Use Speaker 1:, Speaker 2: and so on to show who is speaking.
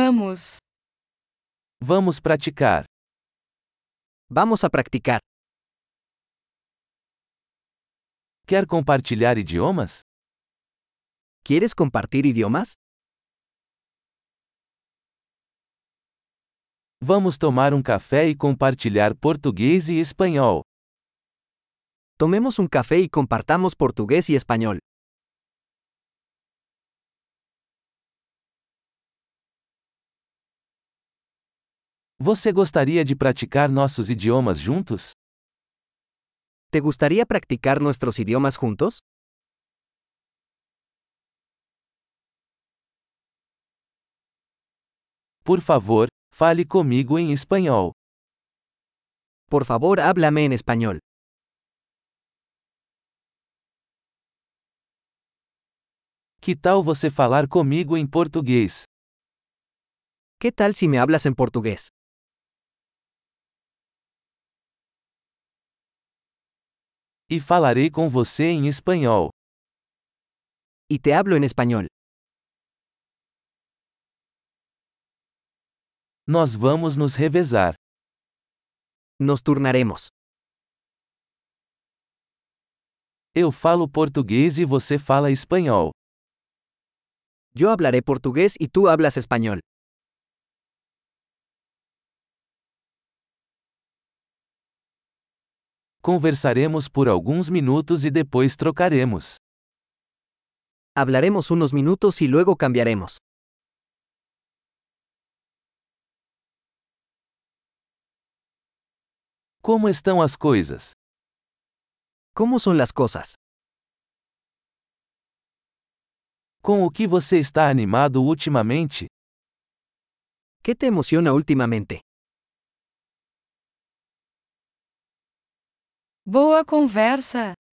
Speaker 1: Vamos.
Speaker 2: Vamos praticar.
Speaker 3: Vamos a practicar.
Speaker 2: Quer compartilhar idiomas?
Speaker 3: ¿Quieres compartir idiomas?
Speaker 2: Vamos tomar um café e compartilhar português e espanhol.
Speaker 3: Tomemos un café y compartamos portugués y español.
Speaker 2: Você gostaria de praticar nossos idiomas juntos?
Speaker 3: ¿Te gustaría practicar nuestros idiomas juntos?
Speaker 2: Por favor, fale comigo em espanhol.
Speaker 3: Por favor, háblame en español.
Speaker 2: Que tal você falar comigo em português?
Speaker 3: ¿Qué tal si me hablas en portugués?
Speaker 2: E falarei com você em espanhol.
Speaker 3: Y te hablo en español.
Speaker 2: Nós vamos nos revezar.
Speaker 3: Nos turnaremos.
Speaker 2: Eu falo português e você fala espanhol.
Speaker 3: Yo hablaré portugués y tú hablas español.
Speaker 2: Conversaremos por alguns minutos e depois trocaremos.
Speaker 3: Hablaremos unos minutos y luego cambiaremos.
Speaker 2: Como estão as coisas?
Speaker 3: ¿Cómo son las cosas?
Speaker 2: Com o que você está animado ultimamente?
Speaker 3: ¿Qué te emociona últimamente?
Speaker 1: Boa conversa!